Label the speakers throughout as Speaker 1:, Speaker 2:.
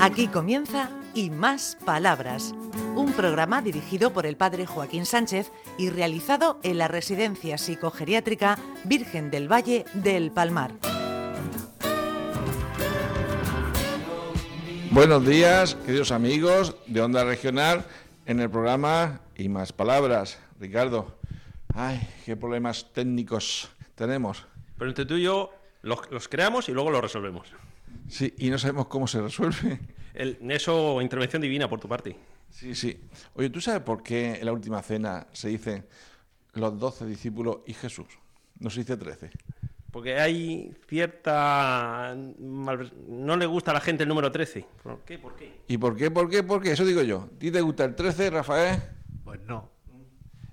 Speaker 1: Aquí comienza Y Más Palabras, un programa dirigido por el padre Joaquín Sánchez y realizado en la Residencia Psicogeriátrica Virgen del Valle del Palmar.
Speaker 2: Buenos días, queridos amigos de Onda Regional, en el programa Y Más Palabras. Ricardo, ay, qué problemas técnicos tenemos.
Speaker 3: Pero entre tú y yo los, los creamos y luego los resolvemos.
Speaker 2: Sí, y no sabemos cómo se resuelve.
Speaker 3: El- eso, intervención divina por tu parte.
Speaker 2: Sí, sí. Oye, ¿tú sabes por qué en la última cena se dicen los doce discípulos y Jesús? No se dice trece.
Speaker 3: Porque hay cierta... malver- No le gusta a la gente el número 13. ¿Por qué? ¿Por qué?
Speaker 2: ¿Y por qué? ¿Por qué? ¿Por qué? Eso digo yo. ¿A ti te gusta el trece, Rafael?
Speaker 4: Pues no.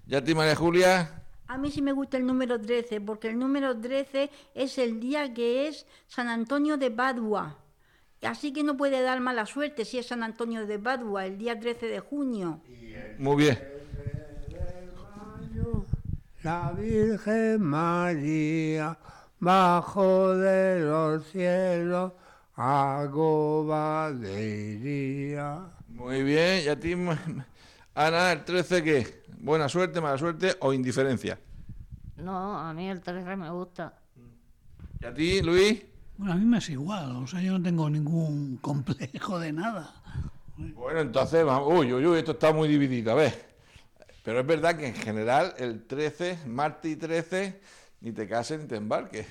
Speaker 2: ¿Y a ti, María Julia?
Speaker 5: A mí sí me gusta el número 13, porque el número 13 es el día que es San Antonio de Padua. Así que no puede dar mala suerte si es San Antonio de Padua, el día 13 de junio.
Speaker 2: Muy bien.
Speaker 4: La Virgen María, bajo de los cielos, agobadería.
Speaker 2: Muy bien, y a ti, m- m- Ana, el 13, ¿qué? ¿Buena suerte, mala suerte o indiferencia?
Speaker 6: No, a mí el 13 me gusta.
Speaker 2: ¿Y a ti, Luis?
Speaker 7: Bueno, a mí me es igual, o sea, yo no tengo ningún complejo de nada.
Speaker 2: Bueno, entonces, vamos. Uy, uy, uy, esto está muy dividido, a ver. Pero es verdad que en general el 13, martes y 13, ni te cases ni te embarques.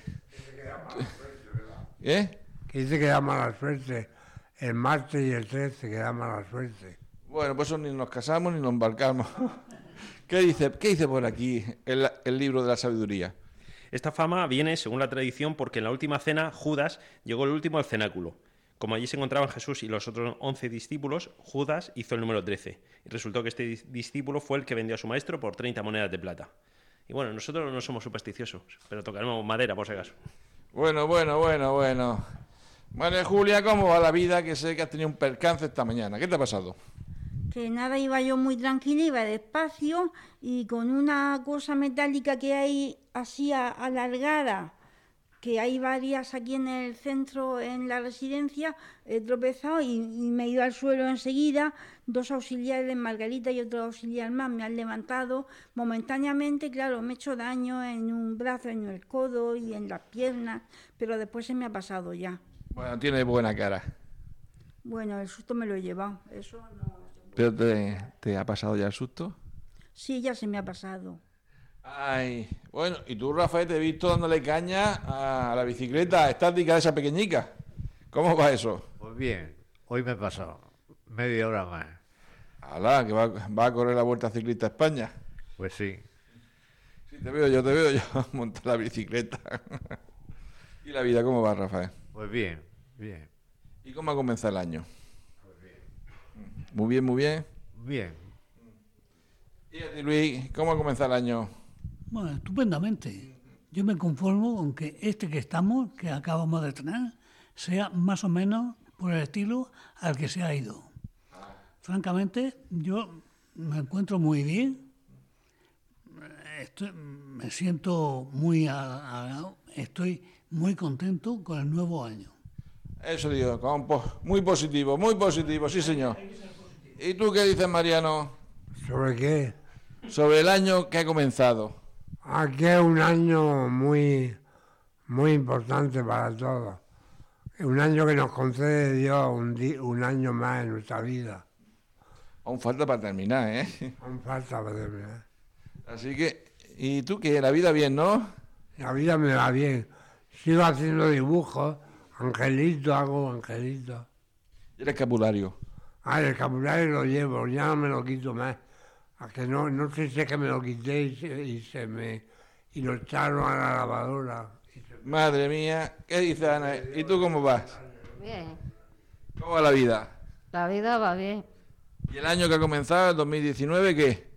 Speaker 2: ¿Eh?
Speaker 4: Que dice que da mala suerte. El martes y el 13 que da mala suerte.
Speaker 2: Bueno, pues eso ni nos casamos ni nos embarcamos. ¿Qué dice, qué dice por aquí el, el libro de la sabiduría?
Speaker 3: Esta fama viene, según la tradición, porque en la última cena Judas llegó el último al cenáculo. Como allí se encontraban Jesús y los otros 11 discípulos, Judas hizo el número 13. Y resultó que este dis- discípulo fue el que vendió a su maestro por 30 monedas de plata. Y bueno, nosotros no somos supersticiosos, pero tocaremos madera por si acaso.
Speaker 2: Bueno, bueno, bueno, bueno. María Julia, ¿cómo va la vida? Que sé que has tenido un percance esta mañana. ¿Qué te ha pasado?
Speaker 5: Que nada, iba yo muy tranquila, iba despacio y con una cosa metálica que hay así a- alargada, que hay varias aquí en el centro, en la residencia, he tropezado y, y me he ido al suelo enseguida. Dos auxiliares, Margarita y otro auxiliar más, me han levantado momentáneamente. Claro, me he hecho daño en un brazo, en el codo y en las piernas, pero después se me ha pasado ya.
Speaker 2: Bueno, tienes buena cara.
Speaker 5: Bueno, el susto me lo he llevado. Eso no.
Speaker 2: ¿Pero te, te ha pasado ya el susto?
Speaker 5: Sí, ya se me ha pasado.
Speaker 2: Ay, bueno, y tú, Rafael, te he visto dándole caña a la bicicleta estática de esa pequeñica. ¿Cómo va eso?
Speaker 4: Pues bien, hoy me pasó. Media hora más.
Speaker 2: Alá, que va, va a correr la Vuelta Ciclista a España.
Speaker 4: Pues sí.
Speaker 2: Sí, te veo yo, te veo yo montar la bicicleta. ¿Y la vida cómo va, Rafael?
Speaker 4: Pues bien, bien.
Speaker 2: ¿Y cómo ha comenzado el año? Muy bien, muy bien.
Speaker 4: Bien.
Speaker 2: ¿Y a ti, Luis, cómo ha comenzado el año?
Speaker 7: Bueno, estupendamente. Yo me conformo con que este que estamos, que acabamos de tener, sea más o menos por el estilo al que se ha ido. Francamente, yo me encuentro muy bien. Eh, estoy- me siento muy halagado. Estoy muy contento con el nuevo año.
Speaker 2: Eso digo, con po- muy positivo, muy positivo, sí señor. ¿Y tú qué dices, Mariano,
Speaker 8: ¿Sobre qué?
Speaker 2: sobre el año que ha comenzado?
Speaker 8: Aquí es un año muy, muy importante para todos. Es Un año que nos concede Dios un, di- un año más en nuestra vida.
Speaker 2: Aún falta para terminar, ¿eh?
Speaker 8: Aún falta para terminar.
Speaker 2: Así que, ¿y tú qué? La vida bien, ¿no?
Speaker 8: La vida me va bien. Sigo haciendo dibujos. Angelito hago angelito.
Speaker 2: Y el escapulario.
Speaker 8: Ah, el escapulario lo llevo, ya no me lo quito más. A que no, no sé si es que me lo quité y se, y se me... Y lo echaron a la lavadora.
Speaker 2: Madre mía, ¿qué dices, Ana? ¿Y tú cómo vas?
Speaker 6: Bien.
Speaker 2: ¿Cómo va la vida?
Speaker 6: La vida va bien.
Speaker 2: ¿Y el año que ha comenzado, el 2019, qué?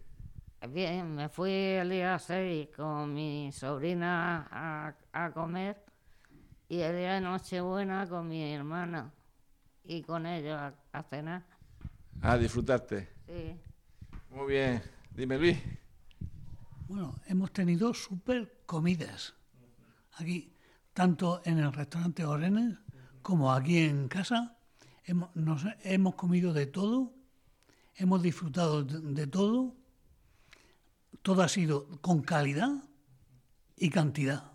Speaker 6: Bien, me fui el día 6 con mi sobrina a, a comer y el día de Nochebuena con mi hermana y con ella a, a cenar.
Speaker 2: Ah, disfrutaste.
Speaker 6: Sí.
Speaker 2: Muy bien. Dime, Luis.
Speaker 7: Bueno, hemos tenido super comidas aquí, tanto en el restaurante Orenes como aquí en casa. hemos, nos hemos comido de todo, hemos disfrutado de, de todo, todo ha sido con calidad y cantidad.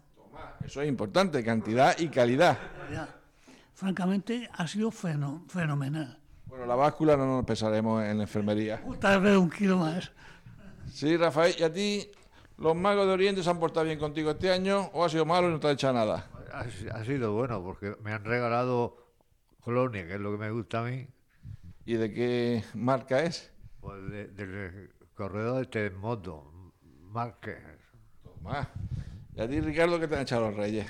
Speaker 2: Eso es importante, cantidad y calidad.
Speaker 7: Ya. Francamente, ha sido feno- fenomenal.
Speaker 2: Bueno, la báscula no nos pesaremos en la enfermería.
Speaker 7: Uh, Tal vez un kilo más.
Speaker 2: Sí, Rafael, ¿y a ti los magos de Oriente se han portado bien contigo este año o ha sido malo y no te ha echado nada?
Speaker 9: Ha, ha sido bueno porque me han regalado colonia, que es lo que me gusta a mí,
Speaker 2: ¿Y de qué marca es?
Speaker 9: pues de- del corredor este de moto, Márquez.
Speaker 2: Tomás. ¿Y a ti, Ricardo, qué te han echado los reyes?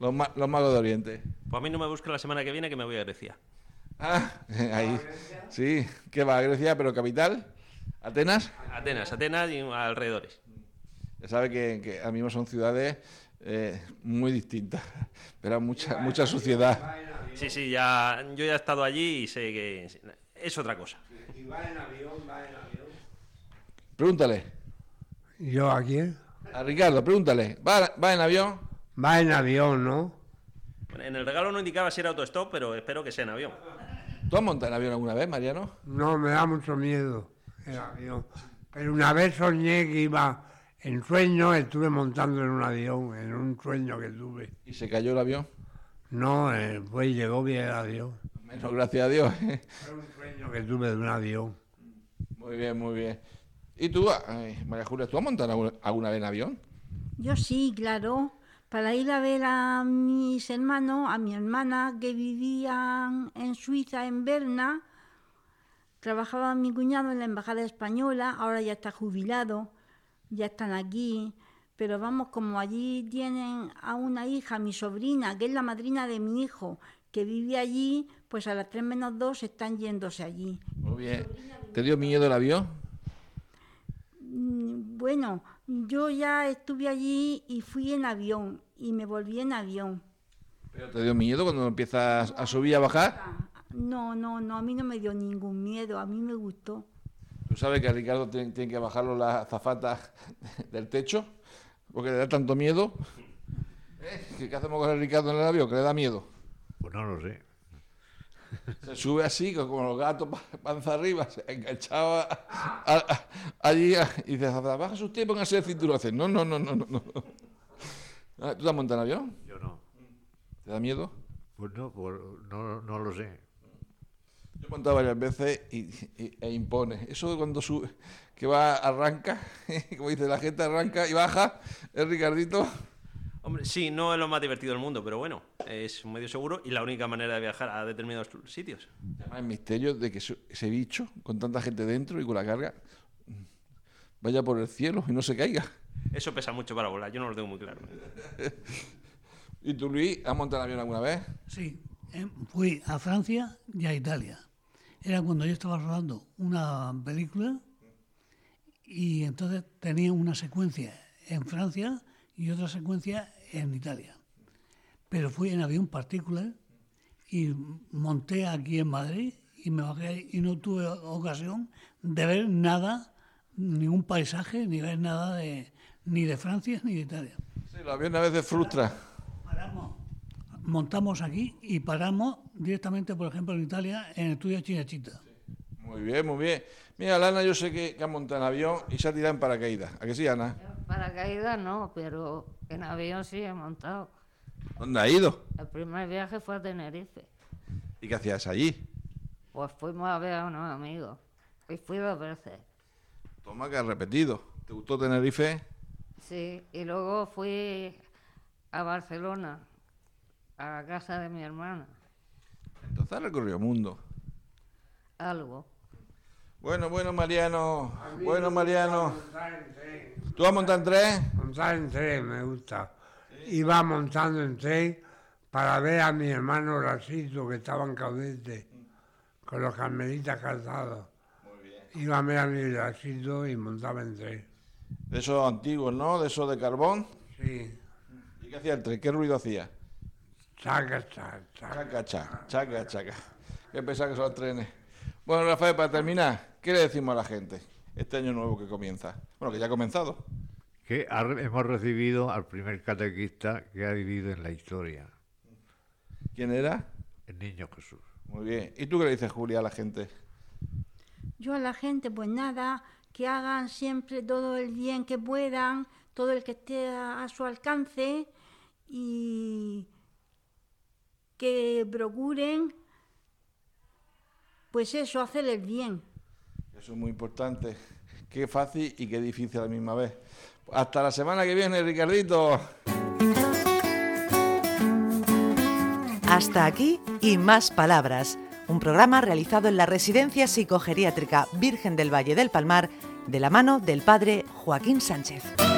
Speaker 2: Los, ma- los magos de Oriente.
Speaker 3: Pues a mí no me busca la semana que viene que me voy a Grecia.
Speaker 2: Ah, ahí. Sí, que va a Grecia, pero capital, Atenas.
Speaker 3: Atenas, Atenas y alrededores.
Speaker 2: Ya sabe que, que ahora mismo son ciudades eh, muy distintas, pero mucha, mucha suciedad.
Speaker 3: Sí, sí, ya, yo ya he estado allí y sé que es- es otra cosa.
Speaker 2: Pregúntale.
Speaker 8: ¿Yo a quién?
Speaker 2: A Ricardo, pregúntale. ¿Va, va en avión?
Speaker 8: Va en avión, ¿no?
Speaker 3: Bueno, En el regalo no indicaba si era autostop, pero espero que sea en avión.
Speaker 2: ¿Tú has montado en avión alguna vez, Mariano?
Speaker 8: No, me da mucho miedo el avión. Pero una vez soñé que iba en sueño, estuve montando en un avión, en un sueño que tuve.
Speaker 2: Y se cayó el avión.
Speaker 8: No, eh, pues llegó bien el avión.
Speaker 2: Menos, gracias a Dios. ¿eh?
Speaker 8: Fue un sueño que tuve de un avión.
Speaker 2: Muy bien, muy bien. ¿Y tú, ay, María Julia, tú has montado alguna, alguna vez en avión?
Speaker 5: Yo sí, claro, para ir a ver a mis hermanos, a mi hermana que vivían en Suiza, en Berna. Trabajaba mi cuñado en la Embajada Española, ahora ya está jubilado, ya están aquí. Pero vamos, como allí tienen a una hija, mi sobrina, que es la madrina de mi hijo, que vive allí, pues a las 3 menos 2 están yéndose allí.
Speaker 2: Muy bien. ¿Te dio miedo el avión?
Speaker 5: Mm, Bueno, yo ya estuve allí y fui en avión y me volví en avión.
Speaker 2: ¿Pero te dio miedo cuando empiezas a subir y a bajar?
Speaker 5: No, no, no, a mí no me dio ningún miedo, a mí me gustó.
Speaker 2: Tú sabes que a Ricardo tiene, tiene que bajarlo las azafatas del techo porque le da tanto miedo. ¿Eh? ¿Qué qué hacemos con el Ricardo en el avión? Que le da miedo.
Speaker 9: Pues no lo sé.
Speaker 2: Se sube así, co- como los gatos, pa- panza arriba, se enganchado a- a- a- allí a- y dice, bájase usted y póngase el cinturón. Hace, no, no, no, no, no. no. Ah, ¿Tú te has montado en avión?
Speaker 9: Yo no.
Speaker 2: ¿Te da miedo?
Speaker 9: Pues no, pues no, no lo sé.
Speaker 2: Yo he montado varias veces y, y- e impone. Eso de cuando sube, que va, arranca, como dice la gente, arranca y baja, el Ricardito.
Speaker 3: Hombre, sí, no es lo más divertido del mundo, pero bueno, es un medio seguro y la única manera de viajar a determinados sitios.
Speaker 2: Además, el misterio de que eso- ese bicho, con tanta gente dentro y con la carga, vaya por el cielo y no se caiga.
Speaker 3: Eso pesa mucho para volar, yo no lo tengo muy claro.
Speaker 2: ¿Y tú, Luis, has montado en avión alguna vez?
Speaker 7: Sí, eh, fui a Francia y a Italia. Era cuando yo estaba rodando una película y entonces tenía una secuencia en Francia y otra secuencia en Italia. Pero fui en avión particular y monté aquí en Madrid y me bajé ahí y no tuve ocasión de ver nada, ningún paisaje, ni ver nada de, ni de Francia ni de Italia.
Speaker 2: Sí, el avión a veces frustra.
Speaker 7: Paramos. Montamos aquí y paramos directamente, por ejemplo, en Italia, en el estudio Chinachita.
Speaker 2: Muy bien, muy bien. Mira, Lana, yo sé que, que ha montado en avión y se ha tirado en paracaídas. ¿A que sí, Ana?
Speaker 6: Paracaídas no, pero en avión sí he montado.
Speaker 2: ¿Dónde ha ido?
Speaker 6: El primer viaje fue a Tenerife.
Speaker 2: ¿Y qué hacías allí?
Speaker 6: Pues fuimos a ver a unos amigos. Y fui dos veces.
Speaker 2: Toma que has repetido. ¿Te gustó Tenerife?
Speaker 6: Sí, y luego fui a Barcelona, a la casa de mi hermana.
Speaker 2: Entonces has recorrido el mundo.
Speaker 6: Algo.
Speaker 2: Bueno, bueno, Mariano. Bueno, Mariano. ¿Tú has montado en tres?
Speaker 8: Montar en tren me gusta. Iba montando en tren para ver a mi hermano Racito, que estaba en Caudete, con los carmelitas calzados. Iba a ver a mi Racito y montaba en tren.
Speaker 2: De esos antiguos, ¿no? De esos de carbón.
Speaker 8: Sí,
Speaker 2: ¿Y qué hacía el tren? ¿Qué ruido hacía?
Speaker 8: chaca, chaca, chaca.
Speaker 2: Chaca, chaca, chaca, chaca. Qué pesado que son los trenes. Bueno, Rafael, para terminar, ¿qué le decimos a la gente? Este año nuevo que comienza. Bueno, que ya ha comenzado.
Speaker 9: Que ha- hemos recibido al primer catequista que ha vivido en la historia,
Speaker 2: ¿Quién era?
Speaker 9: el niño Jesús.
Speaker 2: Muy bien. ¿Y tú qué le dices, Julia, a la gente?
Speaker 5: Yo a la gente, pues nada, que hagan siempre todo el bien que puedan, todo el que esté a, a su alcance y que procuren, pues eso, hacer el bien.
Speaker 2: Eso es muy importante. Qué fácil y qué difícil a la misma vez. Hasta la semana que viene, Ricardito.
Speaker 1: Hasta aquí y más palabras. Un programa realizado en la Residencia Psicogeriátrica Virgen del Valle del Palmar de la mano del padre Joaquín Sánchez.